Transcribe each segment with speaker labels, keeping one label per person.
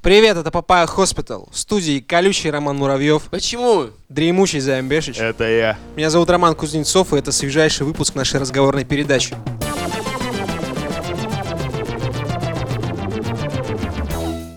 Speaker 1: Привет, это Папая Хоспитал. В студии колючий Роман Муравьев,
Speaker 2: Почему?
Speaker 1: дремучий Займ Бешич.
Speaker 3: Э.
Speaker 2: Это я.
Speaker 1: Меня зовут Роман Кузнецов, и это свежайший выпуск нашей разговорной передачи.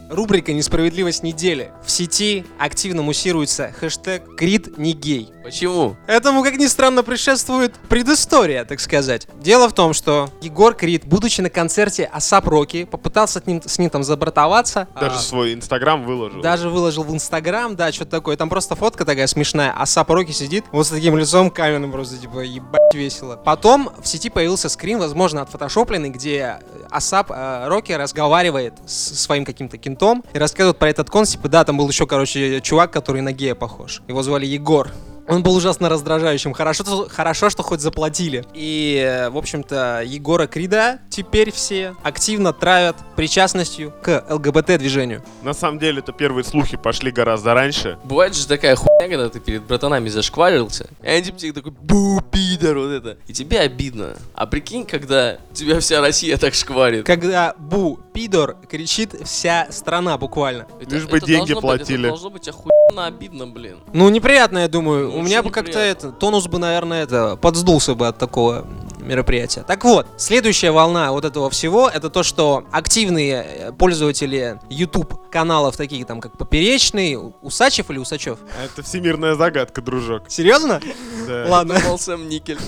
Speaker 1: Рубрика «Несправедливость недели». В сети активно муссируется хэштег «Крид не гей».
Speaker 2: Почему?
Speaker 1: Этому, как ни странно, предшествует предыстория, так сказать. Дело в том, что Егор Крид, будучи на концерте Асап Роки, попытался с ним, с ним там забратоваться.
Speaker 3: Даже
Speaker 1: а,
Speaker 3: свой инстаграм выложил.
Speaker 1: даже выложил в Инстаграм, да, что-то такое. Там просто фотка такая смешная, Асап Роки сидит вот с таким лицом каменным просто, типа, ебать весело. Потом в сети появился скрин, возможно, отфотошопленный, где Асап э, Роки разговаривает с своим каким-то кентом и рассказывает про этот конс, типа, да, там был еще, короче, чувак, который на гея похож. Его звали Егор. Он был ужасно раздражающим. Хорошо, что- хорошо, что хоть заплатили. И, э, в общем-то, Егора Крида теперь все активно травят причастностью к ЛГБТ-движению.
Speaker 3: На самом деле-то первые слухи пошли гораздо раньше.
Speaker 2: Бывает же такая хуйня, когда ты перед братанами зашкварился, и они типа тебе такой, бу, пидор, вот это. И тебе обидно. А прикинь, когда тебя вся Россия так шкварит.
Speaker 1: Когда Бу Пидор кричит вся страна буквально.
Speaker 2: Это-
Speaker 3: Лишь бы
Speaker 2: это
Speaker 3: деньги
Speaker 2: должно быть-
Speaker 3: платили.
Speaker 2: это должно быть охуенно обидно, блин.
Speaker 1: Ну, неприятно, я думаю.
Speaker 2: Ну,
Speaker 1: У меня
Speaker 2: очень
Speaker 1: бы как-то
Speaker 2: неприятно.
Speaker 1: это, тонус бы, наверное, это, подсдулся бы от такого мероприятия. Так вот, следующая волна вот этого всего, это то, что активные э, пользователи YouTube каналов, такие там, как Поперечный, У- Усачев или Усачев?
Speaker 3: Это всемирная загадка, дружок.
Speaker 1: Серьезно?
Speaker 3: Да.
Speaker 1: Ладно.
Speaker 2: Думал Сэм Никель.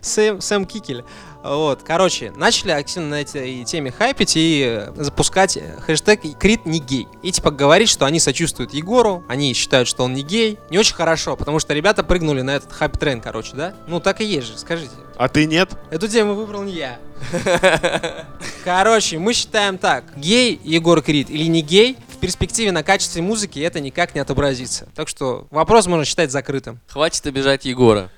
Speaker 1: Сэм, Сэм Кикель. Вот, короче, начали активно на этой теме хайпить и э, запускать э, хэштег Крит не гей. И типа говорить, что они сочувствуют Егору, они считают, что он не гей. Не очень хорошо, потому что ребята прыгнули на этот хайп-трен, короче, да? Ну так и есть же, скажите.
Speaker 3: А ты нет?
Speaker 1: Эту тему выбрал не я. Короче, мы считаем так. Гей Егор Крид или не гей, в перспективе на качестве музыки это никак не отобразится. Так что вопрос можно считать закрытым.
Speaker 2: Хватит обижать Егора.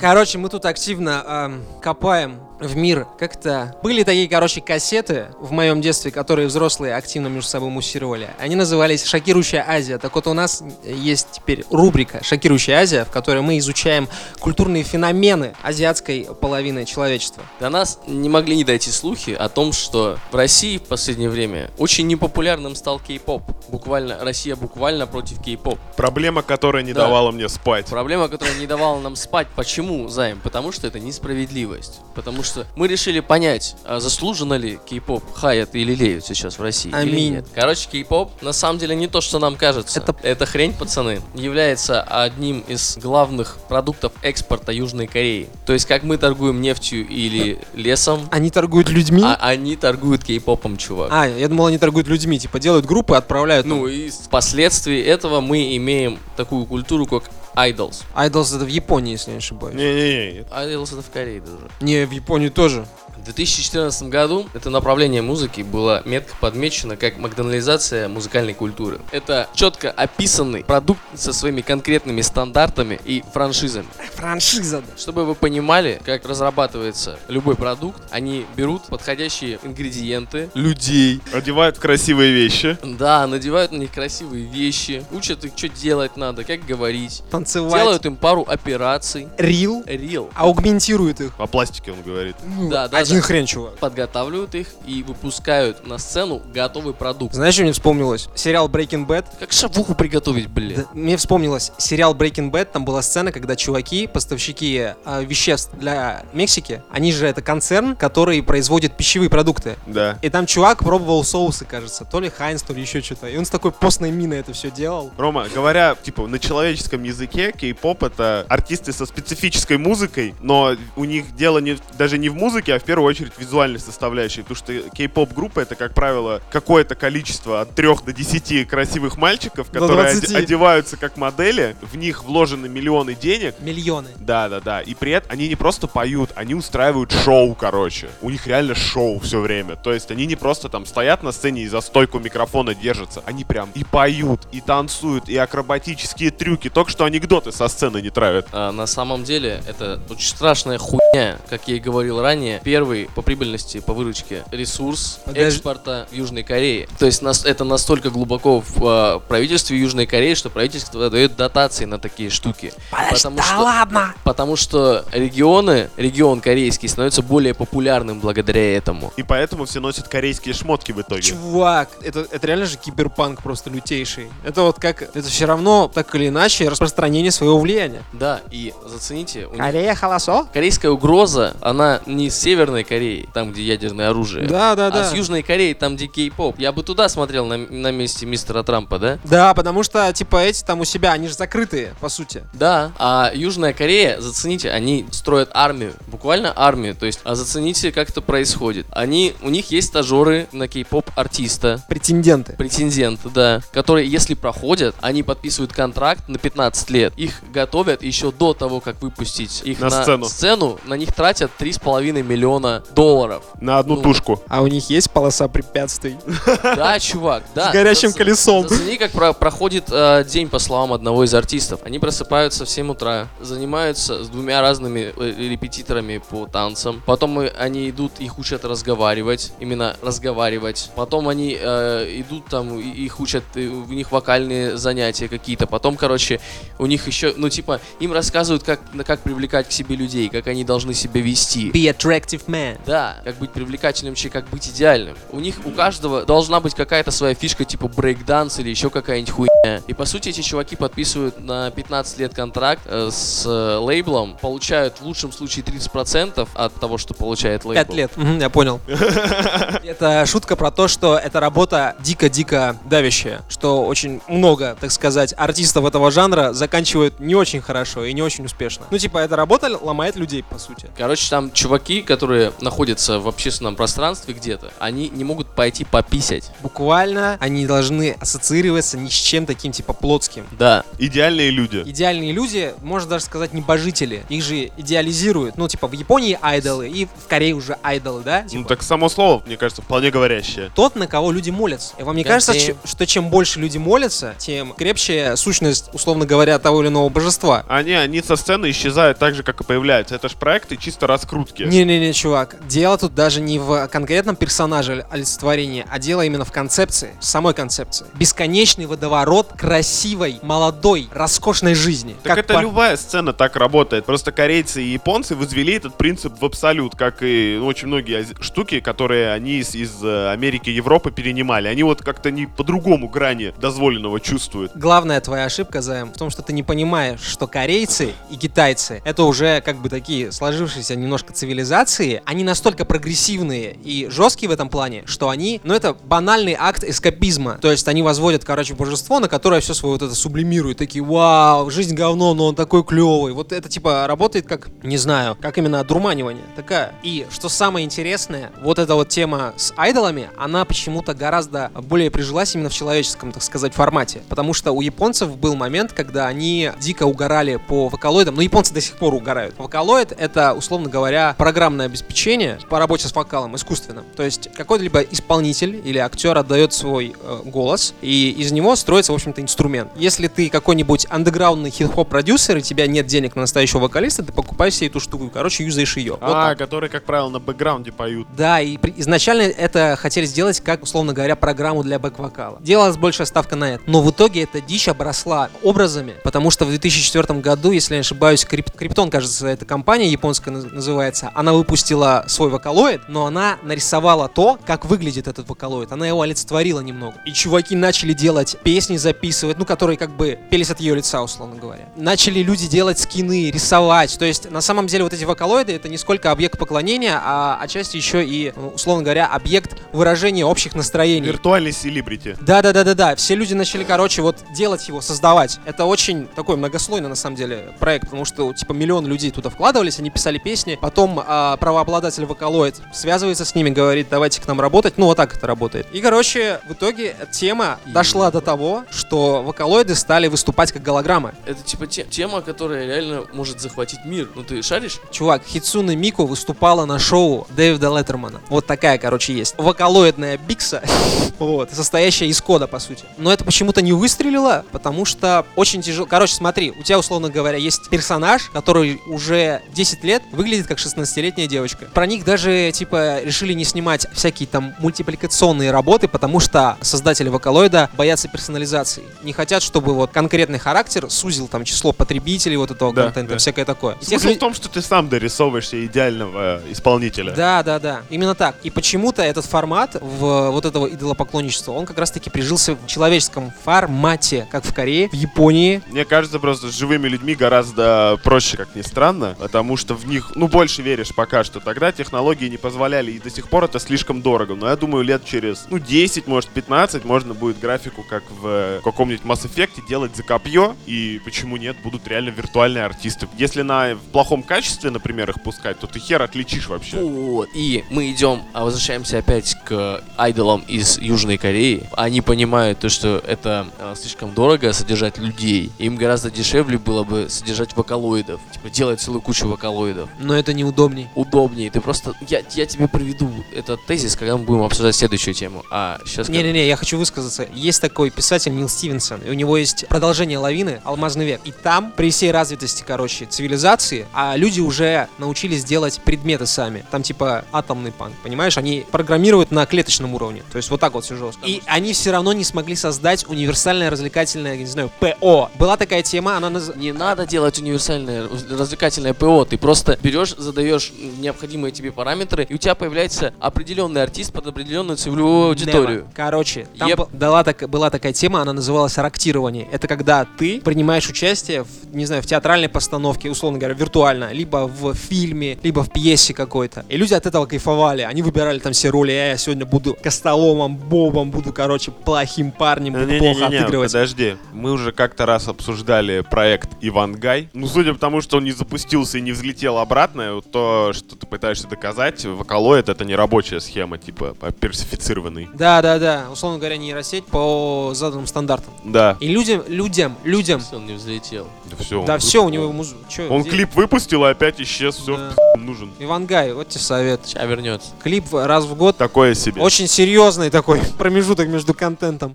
Speaker 1: Короче, мы тут активно эм, копаем в мир как-то. Были такие, короче, кассеты в моем детстве, которые взрослые активно между собой муссировали. Они назывались «Шокирующая Азия». Так вот, у нас есть теперь рубрика «Шокирующая Азия», в которой мы изучаем культурные феномены азиатской половины человечества.
Speaker 2: До нас не могли не дойти слухи о том, что в России в последнее время очень непопулярным стал кей-поп. Буквально, Россия буквально против кей-поп.
Speaker 3: Проблема, которая не
Speaker 2: Да.
Speaker 3: давала мне спать.
Speaker 2: Проблема, которая не давала нам спать. Почему, Займ? Потому что это несправедливость. Потому что мы решили понять, а заслуженно ли кей-поп хаят или леют сейчас в России. или
Speaker 1: Аминь.
Speaker 2: нет. Короче, кей-поп на самом деле не то, что нам кажется.
Speaker 1: Это-
Speaker 2: Это... хрень, пацаны, является одним из главных продуктов экспорта Южной Кореи. То есть, как мы торгуем нефтью или лесом,
Speaker 1: Они торгуют людьми?
Speaker 2: а
Speaker 1: А,
Speaker 2: они торгуют кей-попом, чувак.
Speaker 1: я думал, они торгуют людьми. Типа делают группы, отправляют.
Speaker 2: Ну и впоследствии этого мы имеем такую культуру, как айдолс.
Speaker 1: Idols это в Японии, если я не ошибаюсь. Не,
Speaker 3: Не-не-не.
Speaker 2: Айдолс это в Корее даже.
Speaker 1: в Японии тоже.
Speaker 2: В 2014 году это направление музыки было метко подмечено как макдонализация музыкальной культуры. Это четко описанный продукт со своими конкретными стандартами и франшизами.
Speaker 1: Франшиза. да.
Speaker 2: Чтобы вы понимали, как разрабатывается любой продукт, они берут подходящие ингредиенты, людей,
Speaker 3: Одевают в красивые вещи.
Speaker 2: да, надевают на них красивые вещи, учат их, что делать надо, как говорить,
Speaker 1: Танцевать.
Speaker 2: делают им пару операций,
Speaker 1: Рил.
Speaker 2: рил,
Speaker 1: Аугментируют их.
Speaker 3: О пластике он говорит.
Speaker 1: Ну,
Speaker 2: Да, да,
Speaker 1: один
Speaker 2: да.
Speaker 1: хрен, чувак.
Speaker 2: подготавливают их и выпускают на сцену готовый продукт.
Speaker 1: Знаешь, что мне вспомнилось? Сериал Breaking Bad.
Speaker 2: Как шавуху приготовить, блин?
Speaker 1: Да, Мне вспомнилось сериал Breaking Bad, там была сцена, когда чуваки, поставщики э, веществ для Мексики, они же это концерн, который производит пищевые продукты.
Speaker 3: Да.
Speaker 1: И там чувак пробовал соусы, кажется, то ли Хайнс, то ли еще что-то. И он с такой постной миной это все делал.
Speaker 3: Рома, говоря, типа, на человеческом языке, кей-поп — это артисты со специфической музыкой, но у них дело не, даже не в музыке, а в первую очередь в визуальной составляющей, потому что кей-поп-группа — это, как правило, какое-то количество от 3 до 10 красивых мальчиков,
Speaker 1: До
Speaker 3: которые
Speaker 1: 20.
Speaker 3: оде- одеваются как модели, в них вложены миллионы денег,
Speaker 1: Миллионы.
Speaker 3: да, да, да. И при этом они не просто поют, они устраивают шоу, короче. У них реально шоу все время. То есть они не просто там стоят на сцене и за стойку микрофона держатся. Они прям и поют, и танцуют, и акробатические трюки. Только что они анекдоты со сцены не травят.
Speaker 2: А на самом деле это очень страшная хуйня, как я и говорил ранее. Первый по прибыльности, по выручке ресурс
Speaker 1: Подожди.
Speaker 2: экспорта в Южной Кореи. То есть нас, это настолько глубоко в э, правительстве Южной Кореи, что правительство дает дотации на такие штуки. Потому
Speaker 1: да
Speaker 2: что-
Speaker 1: ладно!
Speaker 2: Потому что регионы, регион корейский становится более популярным благодаря этому.
Speaker 3: И поэтому все носят корейские шмотки в итоге.
Speaker 1: Чувак, это, это реально же киберпанк просто лютейший. Это вот как, это все равно, так или иначе, распространение своего влияния.
Speaker 2: Да, и зацените, у них
Speaker 1: Корея холосо?
Speaker 2: корейская угроза, она не с Северной Кореи, там, где ядерное оружие,
Speaker 1: Да, да,
Speaker 2: а
Speaker 1: да.
Speaker 2: с Южной Кореи, там, где кей-поп. Я бы туда смотрел на, на месте мистера Трампа, да?
Speaker 1: Да, потому что, типа, эти там у себя, они же закрытые, по сути.
Speaker 2: Да, а Южная Корея, зацените, они строят армию, буквально армию, то есть, а зацените, как это происходит. Они, у них есть стажеры на кей-поп артиста,
Speaker 1: Претенденты.
Speaker 2: претенденты, да, которые, если проходят, они подписывают контракт на 15 лет. Их готовят еще до того, как выпустить их
Speaker 3: На
Speaker 2: на,
Speaker 3: сцену.
Speaker 2: на них тратят 3,5 миллиона долларов.
Speaker 3: На одну
Speaker 2: Ну.
Speaker 3: тушку.
Speaker 1: А у них есть полоса препятствий.
Speaker 2: Да, чувак, да.
Speaker 1: С горящим
Speaker 2: Зац-
Speaker 1: колесом.
Speaker 2: Зацени, как про- проходит э, день, по словам одного из артистов. Они просыпаются в 7 утра, занимаются с двумя разными э, репетиторами по танцам. Потом э, они идут, их учат разговаривать, именно разговаривать. Потом они э, идут там, и- их учат, э, у них вокальные занятия какие-то. Потом, короче, у них еще, ну типа, им рассказывают, как, на- как привлекать к себе людей, как они должны себя вести.
Speaker 1: Be attractive man.
Speaker 2: Да, как быть привлекательным, че как быть идеальным. У них у каждого должна быть какая-то своя фишка, типа брейкданс или еще какая-нибудь хуйня. И по сути эти чуваки подписывают на 15 лет контракт э, с э, лейблом, получают в лучшем случае 30% от того, что получает лейбл.
Speaker 1: Пять лет. Мгм, я понял. Это шутка про то, что эта работа дико-дико давящая, что очень много, так сказать, артистов этого жанра заканчивают не очень хорошо и не очень успешно. Ну, типа, эта работа л- ломает людей, по сути.
Speaker 2: Короче, там чуваки, которые находятся в общественном пространстве где-то, они не могут пойти пописать.
Speaker 1: Буквально они должны ассоциироваться ни с чем таким, типа, плотским.
Speaker 2: Да.
Speaker 3: Идеальные люди.
Speaker 1: Идеальные люди, можно даже сказать, небожители. Их же идеализируют. Ну, типа, в Японии айдолы, и в Корее уже айдолы, да?
Speaker 3: Ну
Speaker 1: Типа.
Speaker 3: так само слово, мне кажется, вполне говорящее.
Speaker 1: тот, на кого люди молятся. И вам не
Speaker 2: Да,
Speaker 1: кажется,
Speaker 2: ты-
Speaker 1: че- что чем больше люди молятся, тем крепче сущность, условно говоря, того или иного божества?
Speaker 3: Они, они со сцены исчезают так же, как и появляются. Это ж проекты чисто раскрутки.
Speaker 1: Не-не-не, чувак, дело тут даже не в конкретном персонаже или олицетворении, а дело именно в концепции, в самой концепции. Бесконечный водоворот красивой, молодой, роскошной жизни.
Speaker 3: Так
Speaker 1: Как
Speaker 3: это
Speaker 1: по-
Speaker 3: любая сцена так работает. Просто корейцы и японцы возвели этот принцип в абсолют, как и ну, очень многие ази- штуки, которые они из, из, э, Америки и Европы перенимали. Они вот как-то не по-другому грани дозволенного чувствуют.
Speaker 1: Главная твоя ошибка, Займ, в том, что ты не понимаешь, что корейцы и китайцы — это уже как бы такие сложившиеся немножко цивилизации. Они настолько прогрессивные и жесткие в этом плане, что они... Ну, это банальный акт эскапизма. То есть они возводят, короче, божество, на которое все свое вот это сублимирует. Такие, вау, жизнь говно, но он такой клевый. Вот это типа работает как, не знаю, как именно одурманивание. Такая. И что самое интересное, вот эта вот тема с айдолами, она почему-то гораздо более прижилась именно в человеческом, так сказать, формате. Потому что у японцев был момент, когда они дико угорали по вокалоидам. Ну, японцы до сих пор угорают. Вокалоид — это, условно говоря, программное обеспечение по работе с вокалом, искусственным. То есть какой-либо исполнитель или актер отдает свой э, голос, и из него строится, в общем-то, инструмент. Если ты какой-нибудь андеграундный хип-хоп продюсер, и у тебя нет денег на настоящего вокалиста, ты покупай себе эту штуку, и, короче, юзаешь ее.
Speaker 3: а, которые, как правило, на бэкграунде поют.
Speaker 1: Да, и при- изначально это хотели сделать как, условно говоря, программу для бэк-вокала. Делалась большая ставка на это. Но в итоге эта дичь обросла образами, потому что в 2004 году, если я не ошибаюсь, Крип- Криптон, кажется, эта компания японская наз- называется, она выпустила свой вокалоид, но она нарисовала то, как выглядит этот вокалоид. Она его олицетворила немного. И чуваки начали делать песни, записывать, ну, которые как бы пелись от ее лица, условно говоря. Начали люди делать скины, рисовать. То есть, на самом деле, вот эти вокалоиды это не сколько объект поклонения, а отчасти еще и, ну, условно говоря, объект выражения общих настроений.
Speaker 3: Виртуальный селебрити.
Speaker 1: Да, да, да, да, да. Все люди начали, короче, вот делать его, создавать. Это очень такой многослойный, на самом деле, проект, потому что, типа, миллион людей туда вкладывались, они писали песни. Потом а, правообладатель вокалоид связывается с ними, говорит, давайте к нам работать. Ну, вот так это работает. И, короче, в итоге эта тема
Speaker 2: И-
Speaker 1: дошла до того, что вокалоиды стали выступать как голограммы.
Speaker 2: Это типа те- тема, которая реально может захватить мир. Ну ты шаришь?
Speaker 1: Чувак, Хитсуна Мику выступала на шоу Дэвида Леттермана. Вот такая, короче, есть. Вокалоидная бикса, вот, состоящая из кода, по сути. Но это почему-то не выстрелило, потому что очень тяжело. Короче, смотри, у тебя, условно говоря, есть персонаж, который уже 10 лет выглядит как 16-летняя девочка. Про них даже, типа, решили не снимать всякие там мультипликационные работы, потому что создатели Вокалоида боятся персонализации. Не хотят, чтобы вот конкретный характер сузил там число потребителей вот этого
Speaker 3: Да,
Speaker 1: контента,
Speaker 3: да.
Speaker 1: всякое такое. И тех
Speaker 3: Смысл
Speaker 1: лю-
Speaker 3: в том, что ты сам дорисовываешься идеального э, исполнителя.
Speaker 1: да, да, да. Именно так. И почему-то этот формат в вот этого идолопоклонничества, он как раз-таки прижился в человеческом формате, как в Корее, в Японии.
Speaker 3: Мне кажется, просто с живыми людьми гораздо проще, как ни странно, потому что в них, ну, больше веришь пока что. Тогда технологии не позволяли, и до сих пор это слишком дорого. Но я думаю, лет через, ну, 10, может, 15 можно будет графику, как в э, каком-нибудь Mass Effect, делать за копье, и почему нет, будут реально виртуальные артисты. Если на в плохом качестве, например, их пускать, то ты хер отличишь вообще.
Speaker 2: Вот. И мы идем, а возвращаемся опять к айдолам из Южной Кореи. Они понимают то, что это э, слишком дорого содержать людей. Им гораздо дешевле было бы содержать вокалоидов. Типа делать целую кучу вокалоидов.
Speaker 1: Но это неудобней.
Speaker 2: Удобнее. Ты просто... Я, я тебе приведу этот тезис, когда мы будем обсуждать следующую тему. А сейчас...
Speaker 1: Не-не-не, я хочу высказаться. Есть такой писатель Нил Стивенсон, и у него есть продолжение лавины «Алмазный век». И там, при всей развитости, короче, цивилизации, а люди уже научились делать предметы сами. Там типа атомный панк, понимаешь? Они программируют на клеточном уровне. То есть вот так вот все жестко. И они все равно не смогли создать универсальное развлекательное, я не знаю, ПО. Была такая тема, она наз-
Speaker 2: Не надо делать универсальное развлекательное ПО. Ты просто берешь, задаешь необходимые тебе параметры, и у тебя появляется определенный артист под определенную целевую аудиторию.
Speaker 1: Немо. Короче, там
Speaker 2: Еп.
Speaker 1: бу- дала так- была такая тема, она называлась рактирование. Это когда ты принимаешь участие, в, не знаю, в театральной постановке, условно говоря, виртуально, либо в фильме, либо в пьесе какой-то. И люди от этого кайфовали. Они выбирали там все роли. «Э, Я сегодня буду костоломом, бобом, буду, короче, плохим парнем, буду плохо отыгрывать.
Speaker 3: Ну, подожди. Мы уже как-то раз обсуждали проект Ивангай. Ну, судя по тому, что он не запустился и не взлетел обратно, то, что ты пытаешься доказать, вокалоид — это не рабочая схема, типа, а персифицированный.
Speaker 1: Да, да, да. Условно говоря, нейросеть по заданным стандартам.
Speaker 3: Да.
Speaker 1: И людям, людям, людям.
Speaker 2: Если он не взлетел.
Speaker 3: Да все.
Speaker 1: Да все, у него музыка.
Speaker 3: Он клип выпустил и опять исчез, все,
Speaker 1: Да.
Speaker 3: нужен.
Speaker 1: Ивангай, вот тебе совет.
Speaker 2: Сейчас вернется.
Speaker 1: Клип в- раз в год
Speaker 3: Такое себе.
Speaker 1: Очень серьезный такой промежуток между контентом.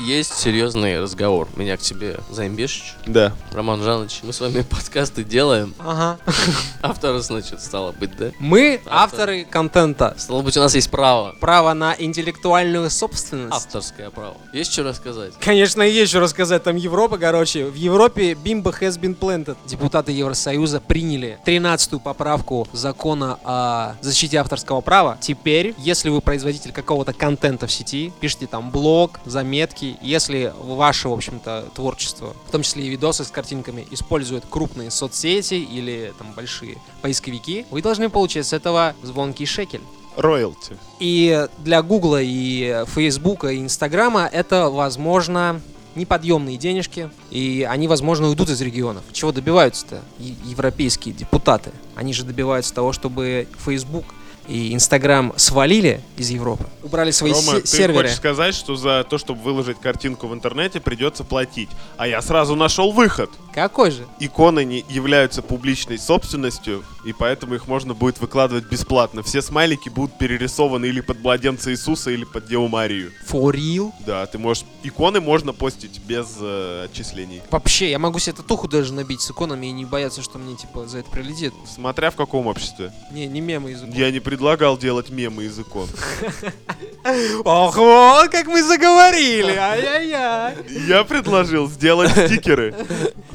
Speaker 2: Есть серьезный разговор. Меня к тебе заимбешич.
Speaker 3: Да.
Speaker 2: Роман Жанович, мы с вами подкасты делаем.
Speaker 1: Ага.
Speaker 2: Авторы, значит, стало быть, да?
Speaker 1: Мы
Speaker 2: Авторы.
Speaker 1: авторы контента.
Speaker 2: Стало быть, у нас есть право.
Speaker 1: Право на интеллектуальную собственность.
Speaker 2: Авторское право. Есть что рассказать?
Speaker 1: Конечно, есть что рассказать. Там Европа, короче. В Европе бимба has been planted. Депутаты Евросоюза приняли 13-ю поправку закона о защите авторского права. Теперь, если вы производитель какого-то контента в сети, пишите там блог, заметки. Если ваше, в общем-то, творчество, в том числе и видосы с картинками, используют крупные соцсети или там большие поисковики, вы должны получать с этого звонкий шекель.
Speaker 3: Роялти.
Speaker 1: И для Гугла, и Фейсбука, и Инстаграма это, возможно, неподъемные денежки, и они, возможно, уйдут из регионов. Чего добиваются-то е- европейские депутаты? Они же добиваются того, чтобы Фейсбук и Инстаграм свалили из Европы, убрали свои
Speaker 3: Рома,
Speaker 1: се-
Speaker 3: ты
Speaker 1: серверы.
Speaker 3: хочешь сказать, что за то, чтобы выложить картинку в интернете, придется платить. А я сразу нашел выход.
Speaker 1: Какой же?
Speaker 3: иконы не являются публичной собственностью, и поэтому их можно будет выкладывать бесплатно. Все смайлики будут перерисованы или под младенца Иисуса, или под Деву Марию.
Speaker 1: For real?
Speaker 3: Да, ты можешь... Иконы можно постить без э, отчислений.
Speaker 1: Вообще, я могу себе татуху даже набить с иконами и не бояться, что мне, типа, за это прилетит.
Speaker 3: Смотря в каком обществе.
Speaker 1: Не, не мемы из
Speaker 3: Я не предлагал делать мемы из икон.
Speaker 1: Ох, вот как мы заговорили! Ай-яй-яй!
Speaker 3: Я предложил сделать стикеры.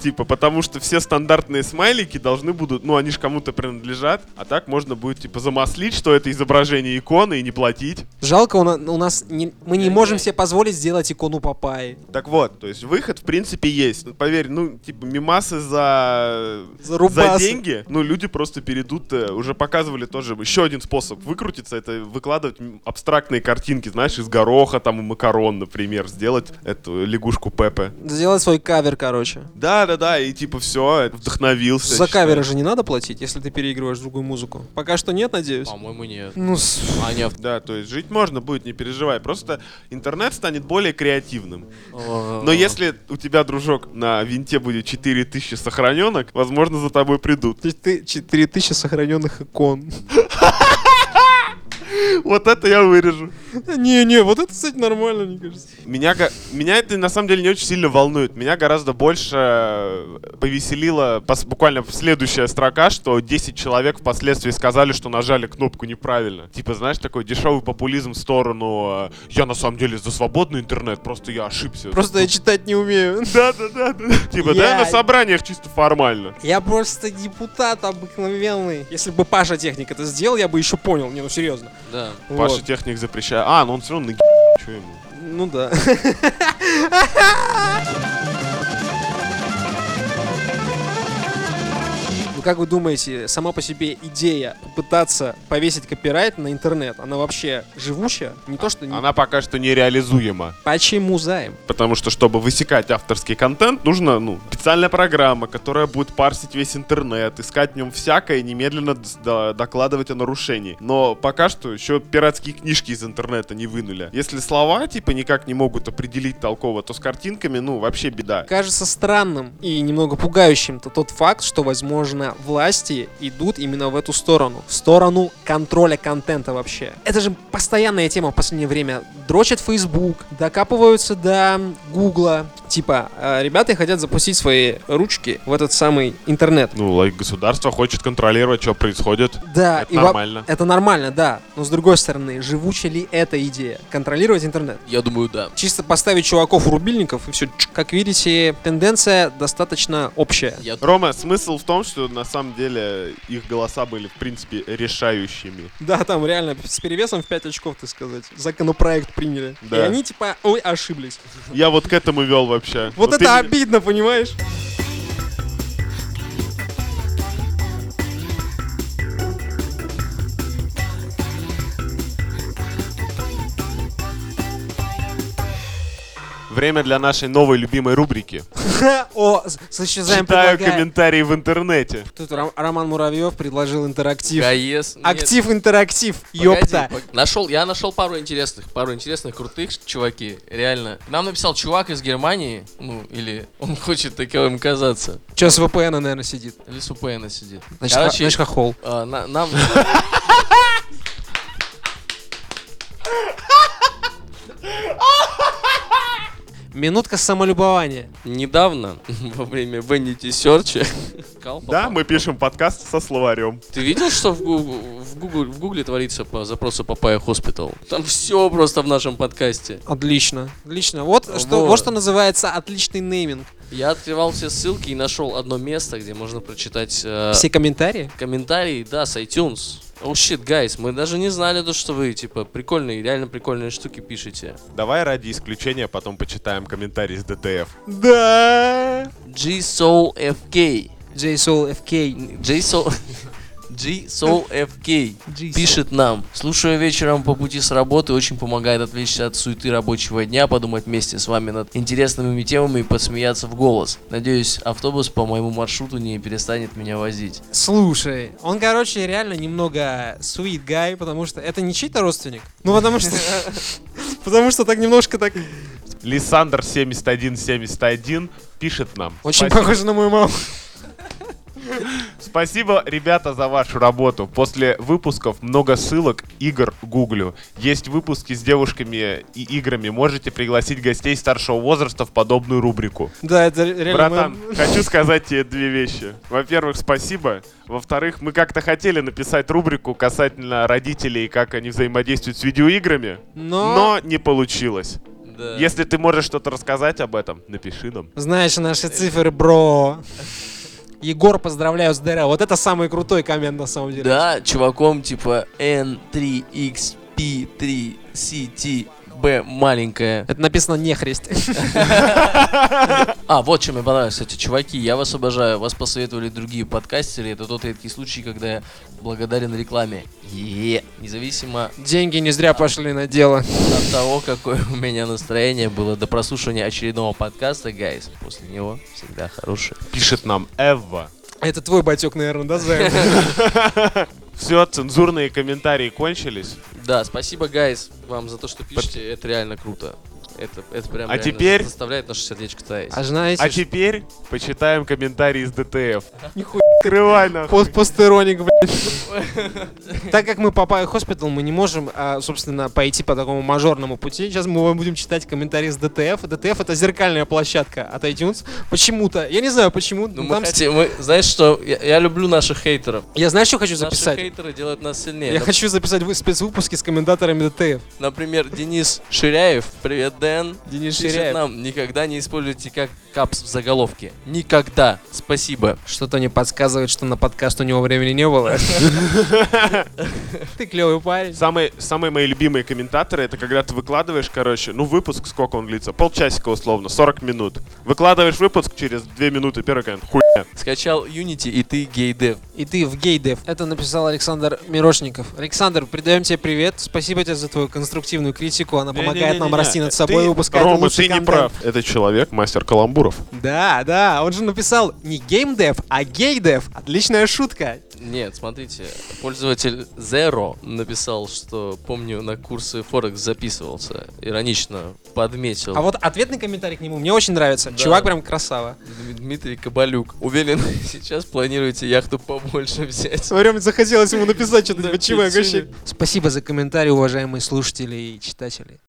Speaker 3: Типа, потому что все стандартные смайлики должны будут, ну, они же кому-то принадлежат, а так можно будет, типа, замаслить, что это изображение иконы и не платить.
Speaker 1: Жалко, у на- у нас не- мы не можем себе позволить сделать икону Папайи.
Speaker 3: Так вот, то есть выход, в принципе, есть. Ну, Поверь, ну, типа, мимасы за...
Speaker 1: За рубасы.
Speaker 3: деньги, ну, люди просто перейдут, э, уже показывали тоже еще один способ выкрутиться, это выкладывать м- абстрактные картинки, знаешь, из гороха, там, и макарон, например, сделать эту лягушку Пепе.
Speaker 1: Сделать свой кавер, короче.
Speaker 3: Да-да-да, и типа все, вдохновился.
Speaker 1: За
Speaker 3: считаю.
Speaker 1: каверы же не надо платить, если ты переигрываешь другую музыку. Пока что нет, надеюсь.
Speaker 2: По-моему, нет.
Speaker 1: Ну, с-
Speaker 2: А, нет.
Speaker 3: Да, то есть жить можно будет, не переживай. Просто интернет станет более креативным.
Speaker 2: Но
Speaker 3: Но если у тебя, дружок, на винте будет 4000 сохраненок, возможно, за тобой придут.
Speaker 1: ты- ты- 4000 сохраненных икон.
Speaker 3: Вот это я вырежу.
Speaker 1: Не-не, вот это, кстати, нормально, мне кажется.
Speaker 3: Меня, га- меня это на самом деле не очень сильно волнует. Меня гораздо больше э, повеселила пос- буквально следующая строка, что 10 человек впоследствии сказали, что нажали кнопку неправильно. Типа, знаешь, такой дешевый популизм в сторону э, «Я на самом деле за свободный интернет, просто я ошибся».
Speaker 1: Просто я читать не умею.
Speaker 3: Да-да-да. Типа, да,
Speaker 1: Я-
Speaker 3: на собраниях чисто формально.
Speaker 1: Я просто депутат обыкновенный. Если бы Паша Техник это сделал, я бы еще понял. Не, ну серьезно.
Speaker 2: Да.
Speaker 3: Паша
Speaker 1: Вот.
Speaker 3: техник запрещает. А, ну он все равно наги... Чё ему?
Speaker 1: Ну да. Ну, Как вы думаете, сама по себе идея попытаться повесить копирайт на интернет, она вообще живущая? Не то, что... не-
Speaker 3: Она пока что нереализуема.
Speaker 1: Почему займ?
Speaker 3: Потому что, чтобы высекать авторский контент, нужна ну, специальная программа, которая будет парсить весь интернет, искать в нем всякое и немедленно д- до- докладывать о нарушении. Но пока что еще пиратские книжки из интернета не вынули. Если слова, типа, никак не могут определить толково, то с картинками, ну, вообще беда.
Speaker 1: Кажется странным и немного пугающим-то тот факт, что, возможно, власти идут именно в эту сторону. В сторону контроля контента вообще. Это же постоянная тема в последнее время. Дрочат Facebook, докапываются до Гугла. Типа, э, ребята хотят запустить свои ручки в этот самый интернет.
Speaker 3: Ну, лайк, государство хочет контролировать, что происходит.
Speaker 1: Да,
Speaker 3: Это
Speaker 1: А, и во-
Speaker 3: нормально.
Speaker 1: Это нормально, да. Но с другой стороны, живуча ли эта идея? Контролировать интернет?
Speaker 2: Я думаю, да.
Speaker 1: Чисто поставить чуваков у рубильников и все. Как видите, тенденция достаточно общая.
Speaker 2: Я
Speaker 3: Рома, смысл в том, что на самом деле их голоса были, в принципе, решающими.
Speaker 1: Да, там реально с перевесом в 5 очков, так сказать. Законопроект приняли.
Speaker 3: Да.
Speaker 1: И они типа, ой, ошиблись.
Speaker 3: Я вот к этому вел вообще.
Speaker 1: Вот
Speaker 3: Но
Speaker 1: это
Speaker 3: ты меня-
Speaker 1: обидно, понимаешь?
Speaker 3: Время для нашей новой любимой рубрики.
Speaker 1: О, с- с исчезаем
Speaker 3: Читаю
Speaker 1: предлагает.
Speaker 3: комментарии в интернете.
Speaker 1: Тут Ром- Роман Муравьев предложил интерактив.
Speaker 2: ГАЕС. а Нет,
Speaker 1: Актив интерактив,
Speaker 2: погоди,
Speaker 1: ёпта.
Speaker 2: пог- Нашел, я нашел пару интересных, пару интересных, крутых, чуваки, реально. Нам написал чувак из Германии, ну, или он хочет таковым казаться.
Speaker 1: Че с VPN, наверное, сидит.
Speaker 2: Или с УПН сидит.
Speaker 1: Значит, ха- значит, хохол.
Speaker 2: а, на- нам...
Speaker 1: Минутка самолюбования.
Speaker 2: Недавно, во время Vanity Search,
Speaker 3: Да, мы пишем подкаст со словарем.
Speaker 2: Ты видел, что в Гугл- в Гугл- в Гугле творится по запросу Папая Хоспитал? Там все просто в нашем подкасте.
Speaker 1: Отлично. Отлично. Вот, Что,
Speaker 2: Вот.
Speaker 1: вот что называется отличный нейминг.
Speaker 2: Я открывал все ссылки и нашел одно место, где можно прочитать э,
Speaker 1: Все комментарии.
Speaker 2: комментарии, да, с iTunes. О, shit, guys, мы даже не знали то, что вы, типа, прикольные, реально прикольные штуки пишете.
Speaker 3: Давай ради исключения потом почитаем комментарий с ДТФ.
Speaker 1: Да.
Speaker 2: G-Soul-FK.
Speaker 1: JSOLFK.
Speaker 2: G-Soul... G-Soul-FK пишет нам. Слушаю вечером по пути с работы, очень помогает отвлечься от суеты рабочего дня, подумать вместе с вами над интересными темами и посмеяться в голос. Надеюсь, автобус по моему маршруту не перестанет меня возить.
Speaker 1: Слушай, он, короче, реально немного sweet guy, потому что это не чей-то родственник. Ну, потому что... Потому что так немножко так...
Speaker 3: Лисандр 7171 пишет нам.
Speaker 1: Очень
Speaker 3: Спасибо.
Speaker 1: похоже на мою маму.
Speaker 3: Спасибо, ребята, за вашу работу. После выпусков много ссылок, игр гуглю. Есть выпуски с девушками и играми. Можете пригласить гостей старшего возраста в подобную рубрику.
Speaker 1: Да, это реально...
Speaker 3: Братан, хочу сказать тебе две вещи. Во-первых, спасибо. Во-вторых, мы как-то хотели написать рубрику касательно родителей и как они взаимодействуют с видеоиграми,
Speaker 1: Но...
Speaker 3: но не получилось.
Speaker 2: Да.
Speaker 3: Если ты можешь что-то рассказать об этом, напиши нам.
Speaker 1: Знаешь наши цифры, бро. Егор, поздравляю с ДР. Вот это самый крутой коммент, на самом деле.
Speaker 2: Да, чуваком типа N3XP3CT Б маленькая.
Speaker 1: Это написано не хрест.
Speaker 2: А, вот чем мне понравилось, кстати, чуваки, я вас обожаю. Вас посоветовали другие подкастеры. Это тот редкий случай, когда я благодарен рекламе. Е, независимо
Speaker 1: Деньги не зря пошли на дело.
Speaker 2: от того, какое у меня настроение было до прослушивания очередного подкаста, guys. После него всегда хороший.
Speaker 3: Пишет нам Эва.
Speaker 1: Это твой батек, наверное, да, Зая?
Speaker 3: Все, цензурные комментарии кончились.
Speaker 2: Да, спасибо, guys, вам за то, что пишете. Это реально круто. Это, это прям
Speaker 3: А
Speaker 2: реально
Speaker 3: теперь-
Speaker 2: заставляет наше сердечко таять.
Speaker 1: А знаете,
Speaker 3: А
Speaker 1: что-
Speaker 3: теперь почитаем комментарии из ДТФ.
Speaker 1: Нихуя.
Speaker 3: Открывай нахуй.
Speaker 1: Пост- Постероник, блядь. Так как мы попали в хоспитал, мы не можем, а, собственно, пойти по такому мажорному пути. Сейчас мы вам будем читать комментарии с ДТФ. ДТФ — это зеркальная площадка от iTunes. Почему-то. Я не знаю, почему.
Speaker 2: Ну,
Speaker 1: но
Speaker 2: мы
Speaker 1: там-
Speaker 2: хотим, мы- знаешь что, я, я люблю наших хейтеров.
Speaker 1: Я знаю, что хочу
Speaker 2: Наши
Speaker 1: записать?
Speaker 2: хейтеры делают нас сильнее.
Speaker 1: Я
Speaker 2: Нап-
Speaker 1: хочу записать вы- спецвыпуски с комментаторами ДТФ.
Speaker 2: Например, Денис Ширяев, привет, Дэн.
Speaker 1: Денис
Speaker 2: Пишет
Speaker 1: Ширяев.
Speaker 2: нам, никогда не используйте как капс в заголовке. Никогда. Спасибо.
Speaker 1: Что-то не подсказывает, что на подкаст у него времени не было. Ты клевый парень.
Speaker 3: Самые, самые мои любимые комментаторы, это когда ты выкладываешь, короче, ну выпуск, сколько он длится? Полчасика условно, 40 минут. Выкладываешь выпуск через 2 минуты, первый коммент, хуйня.
Speaker 2: Скачал Unity и ты гей-дев.
Speaker 1: И ты в гейдев. Это написал Александр Мирошников. Александр, передаем тебе привет. Спасибо тебе за твою конструктивную критику. Она помогает нам
Speaker 3: Не-не-не-не.
Speaker 1: расти над собой и
Speaker 3: Ты,
Speaker 1: выпускать
Speaker 3: Рома,
Speaker 1: лучший
Speaker 3: ты не
Speaker 1: контент.
Speaker 3: прав. Это человек, мастер каламбуров.
Speaker 1: Да, да, он же написал не геймдев, а гейдев. Отличная шутка.
Speaker 2: Нет, смотрите, пользователь Zero написал, что помню на курсы Форекс записывался. Иронично подметил.
Speaker 1: А вот ответный комментарий к нему мне очень нравится.
Speaker 2: Да.
Speaker 1: Чувак прям красава.
Speaker 2: Дм- Дмитрий Кабалюк. Уверен, сейчас планируете яхту побольше взять.
Speaker 1: Время захотелось ему написать что-то.
Speaker 2: типа, «Чувак, вообще».
Speaker 1: Спасибо за комментарий, уважаемые слушатели и читатели.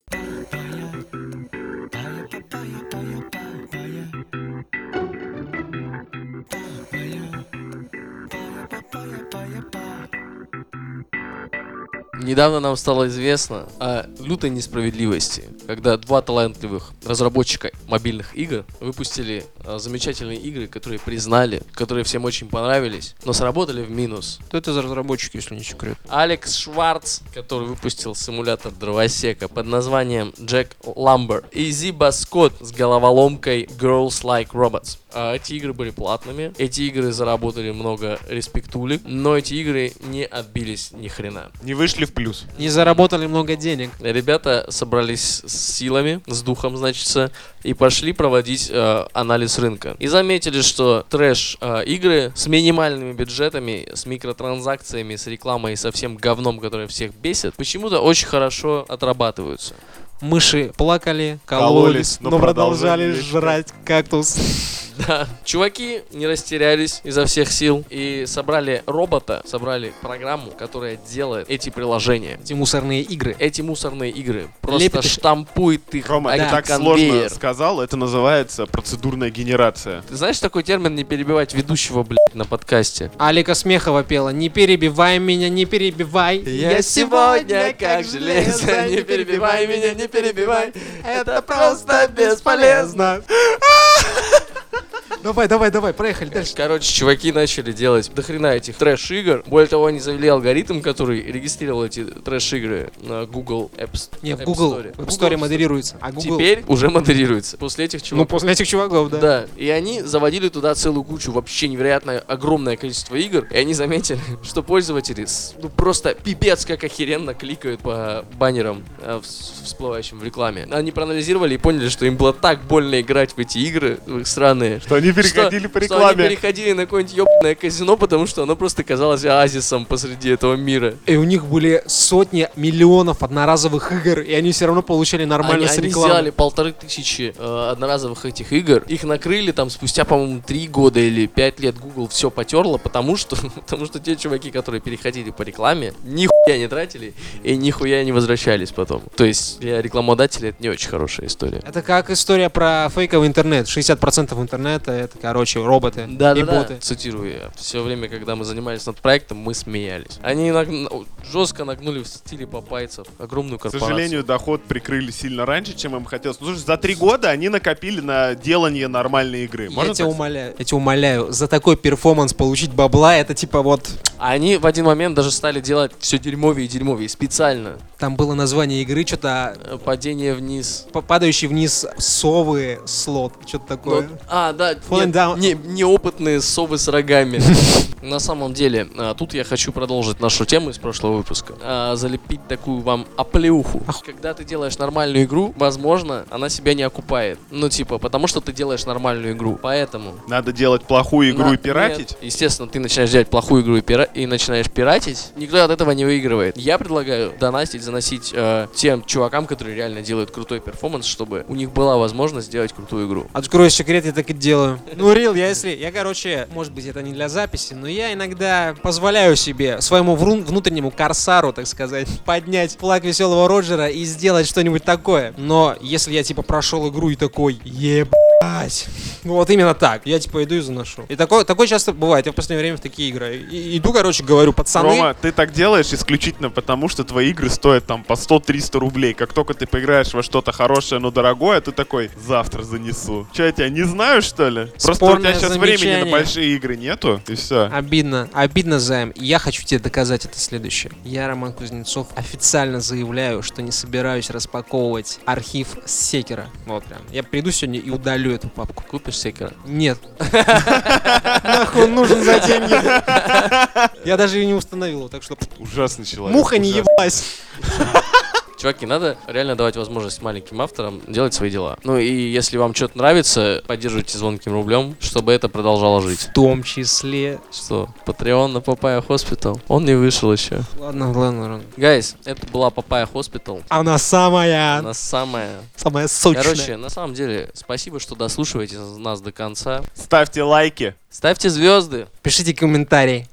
Speaker 2: Недавно нам стало известно о лютой несправедливости, когда два талантливых разработчика мобильных игр выпустили э, замечательные игры, которые признали, которые всем очень понравились, но сработали в минус.
Speaker 1: Кто это за разработчик, если не секрет?
Speaker 2: Алекс Шварц, который выпустил симулятор дровосека под названием Джек Ламбер, и Зиба Скотт с головоломкой Girls Like Robots. А Эти игры были платными, эти игры заработали много респектулик, но эти игры не отбились ни хрена.
Speaker 3: Не вышли в плюс.
Speaker 1: Не заработали много денег.
Speaker 2: Ребята собрались с силами, с духом, значится, и пошли проводить э, анализ рынка. И заметили, что трэш-игры с минимальными бюджетами, с микротранзакциями, с рекламой и со всем говном, которое всех бесит, почему-то очень хорошо отрабатываются.
Speaker 1: Мыши плакали, кололись,
Speaker 3: Кололись,
Speaker 1: но,
Speaker 3: но
Speaker 1: продолжали
Speaker 3: продолжали
Speaker 1: жрать кактус.
Speaker 2: Да. Чуваки не растерялись изо всех сил и собрали робота, собрали программу, которая делает эти приложения.
Speaker 1: Эти мусорные игры.
Speaker 2: Эти мусорные игры просто
Speaker 1: Лепит их.
Speaker 2: штампует их.
Speaker 3: Рома,
Speaker 2: как
Speaker 3: это так сложно
Speaker 2: конвейер.
Speaker 3: сказал, это называется процедурная генерация.
Speaker 2: Ты знаешь такой термин не перебивать ведущего, блядь, на подкасте?
Speaker 1: Алика Смехова пела «Не перебивай меня, не перебивай».
Speaker 2: не перебивай.
Speaker 1: Это просто бесполезно. Давай, давай, давай, проехали дальше.
Speaker 2: Короче, чуваки начали делать до хрена этих трэш-игр. Более того, они завели алгоритм, который регистрировал эти трэш-игры на Google Apps.
Speaker 1: Не, в
Speaker 2: App
Speaker 1: Google,
Speaker 2: Store.
Speaker 1: в App Store модерируется. А Google...
Speaker 2: Теперь уже модерируется. После этих
Speaker 1: Ну,
Speaker 2: чуваков.
Speaker 1: после этих чуваков, да.
Speaker 2: Да, и они заводили туда целую кучу вообще невероятное огромное количество игр, и они заметили, что пользователи с- ну, просто пипец как охеренно кликают по баннерам, э, вс- всплывающим в рекламе. Они проанализировали и поняли, что им было так больно играть в эти игры, в их сраные,
Speaker 3: Что
Speaker 2: что-
Speaker 3: они переходили по
Speaker 2: что они
Speaker 3: рекламе.
Speaker 2: переходили на какое-нибудь ебаное казино, потому что оно просто казалось оазисом посреди этого мира.
Speaker 1: И у них были сотни миллионов одноразовых игр, и они все равно получали нормально
Speaker 2: они,
Speaker 1: с
Speaker 2: они
Speaker 1: рекламы.
Speaker 2: сделали полторы тысячи э, одноразовых этих игр. Их накрыли там спустя, по-моему, три года или пять лет Google все потерло, потому что, потому что те чуваки, которые переходили по рекламе, нихуя не тратили и нихуя не возвращались потом. То есть для рекламодателя это не очень хорошая история.
Speaker 1: Это как история про фейковый интернет. 60% интернета это, короче, роботы
Speaker 2: Да,
Speaker 1: и
Speaker 2: да,
Speaker 1: боты.
Speaker 2: Цитирую я. Все время, когда мы занимались над проектом, мы смеялись. Они нагн- жестко нагнули в стиле попайцев огромную
Speaker 3: К
Speaker 2: корпорацию.
Speaker 3: сожалению, доход прикрыли сильно раньше, чем им хотелось. Ну, слушай, за три года они накопили на делание нормальной игры. Можно
Speaker 1: я тебя
Speaker 3: так
Speaker 1: умоляю, я тебя умоляю, за такой перформанс получить бабла, это типа вот
Speaker 2: Они в один момент даже стали делать все дерьмовее и дерьмовее специально.
Speaker 1: Там было название игры, что-то
Speaker 2: Э, Падение вниз.
Speaker 1: п- падающий вниз совы слот, что-то такое.
Speaker 2: Ну, а, да,
Speaker 1: Falling
Speaker 2: нет,
Speaker 1: down.
Speaker 2: не- неопытные совы с рогами. На самом деле, а, тут я хочу продолжить нашу тему из прошлого выпуска. А, Залепить такую вам оплеуху. Когда ты делаешь нормальную игру, возможно, она себя не окупает. Ну, типа, потому что ты делаешь нормальную игру. Поэтому...
Speaker 3: Надо делать плохую игру
Speaker 2: на-
Speaker 3: и пиратить?
Speaker 2: нет. Естественно, ты начинаешь делать плохую игру и, пира- и начинаешь пиратить. Никто от этого не выигрывает. Я предлагаю донатить, заносить э, тем чувакам, которые реально делают крутой перформанс, чтобы у них была возможность сделать крутую игру.
Speaker 1: Открою секрет, я так и делаю. Ну, Рил, я если... Я, короче, может быть, это не для записи, но я иногда позволяю себе, своему врун- внутреннему корсару, так сказать, поднять флаг веселого Роджера и сделать что-нибудь такое. Но если я, типа, прошел игру и такой, ебать, ну, вот именно так. Я, типа, иду и заношу. И такое, такое часто бывает. Я в последнее время в такие игры. И- иду, короче, говорю, пацаны...
Speaker 3: Рома, ты так делаешь исключительно потому, что твои игры стоят там по 100-300 рублей. Как только ты поиграешь во что-то хорошее, но дорогое, ты такой, завтра занесу. Че, я тебя не знаю, что ли? Просто у тебя
Speaker 1: Спорное
Speaker 3: сейчас времени на
Speaker 1: замечание. А,
Speaker 3: большие игры нету, и все.
Speaker 1: Обидно, обидно, Займ. И я хочу тебе доказать это следующее. Я, Роман Кузнецов, официально заявляю, что не собираюсь распаковывать архив с секера. Вот прям. Я приду сегодня и удалю эту папку.
Speaker 2: Купишь секера?
Speaker 1: Нет. Нахуй он нужен за деньги. Я даже ее не установил, его, так что
Speaker 3: Ужасный человек.
Speaker 1: муха не
Speaker 3: ужасный.
Speaker 1: ебалась.
Speaker 2: Чуваки, надо реально давать возможность маленьким авторам делать свои дела. Ну и если вам что-то нравится, поддерживайте звонким рублем, чтобы это продолжало жить.
Speaker 1: В том числе...
Speaker 2: Что, Patreon на Папая Хоспитал? Он не вышел еще.
Speaker 1: Ладно, ладно, ладно.
Speaker 2: Гайс, это была Папая Хоспитал.
Speaker 1: Она самая...
Speaker 2: Она самая...
Speaker 1: Самая сочная.
Speaker 2: Короче, на самом деле, спасибо, что дослушиваете нас до конца.
Speaker 3: Ставьте лайки.
Speaker 2: Ставьте звезды.
Speaker 1: Пишите комментарии.